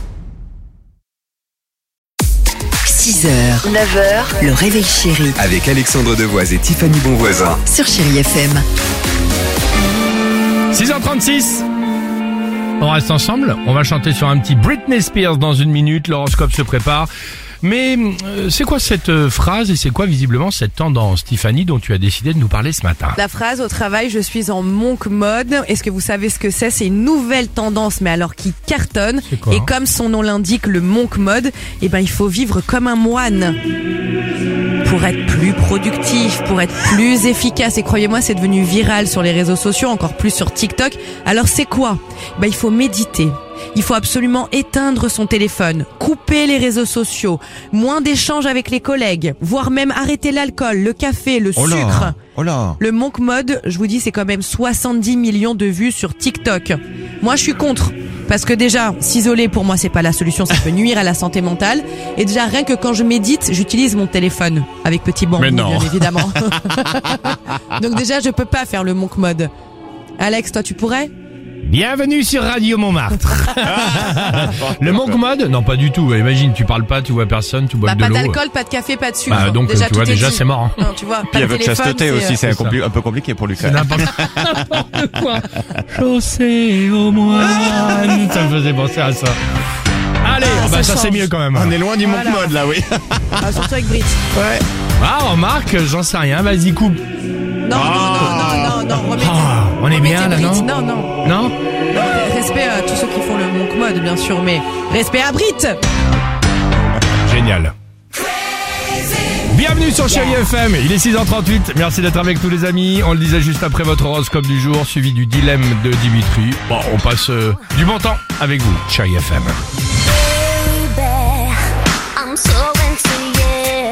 6h, 9h, le réveil chéri Avec Alexandre Devoise et Tiffany Bonvoisin. sur Chéri FM. 6h36 On reste ensemble, on va chanter sur un petit Britney Spears dans une minute, l'horoscope se prépare. Mais euh, c'est quoi cette euh, phrase et c'est quoi visiblement cette tendance, Tiffany, dont tu as décidé de nous parler ce matin La phrase au travail, je suis en monk mode. Est-ce que vous savez ce que c'est C'est une nouvelle tendance, mais alors qui cartonne. C'est quoi Et comme son nom l'indique, le monk mode, eh ben il faut vivre comme un moine pour être plus productif, pour être plus efficace. Et croyez-moi, c'est devenu viral sur les réseaux sociaux, encore plus sur TikTok. Alors c'est quoi Bah il faut méditer. Il faut absolument éteindre son téléphone, couper les réseaux sociaux, moins d'échanges avec les collègues, voire même arrêter l'alcool, le café, le sucre. Oh là Le Monk Mode, je vous dis, c'est quand même 70 millions de vues sur TikTok. Moi, je suis contre. Parce que déjà, s'isoler, pour moi, c'est pas la solution. Ça peut nuire à la santé mentale. Et déjà, rien que quand je médite, j'utilise mon téléphone. Avec petit bambou, Mais non. bien évidemment. Donc déjà, je peux pas faire le Monk Mode. Alex, toi, tu pourrais Bienvenue sur Radio Montmartre Le monk mode Non pas du tout, Bah, imagine, tu parles pas, tu vois personne, tu bois Bah, pas de l'eau. d'alcool, pas de café, pas de sucre. Bah, donc, tu tout vois, est déjà, dit. c'est mort. hein. Non, tu vois, pas Puis de avec téléphone, chasteté c'est, aussi, euh, c'est un, compli- un peu compliqué pour Lucas. N'importe n'importe quoi. Chaussée au moine. Ça me faisait penser à ça. Allez, oh bah ça, Ah, ça c'est change. mieux quand même. est loin du monk mode là, oui. ah, surtout avec Brit. Ah, remarque, j'en sais rien. Vas-y, coupe. Non, non, non, non, non, non, remettez- Ah, on est bien, remettez là, Brit. non Non, non. Non Respect à tous ceux qui font le monk mode, bien sûr, mais respect à Brit. Génial. Bienvenue sur Chéri FM, il est 6h38, merci d'être avec tous les amis, on le disait juste après votre horoscope du jour, suivi du dilemme de Dimitri. Bon, on passe euh, du bon temps avec vous, Chéri FM. I'm so into you.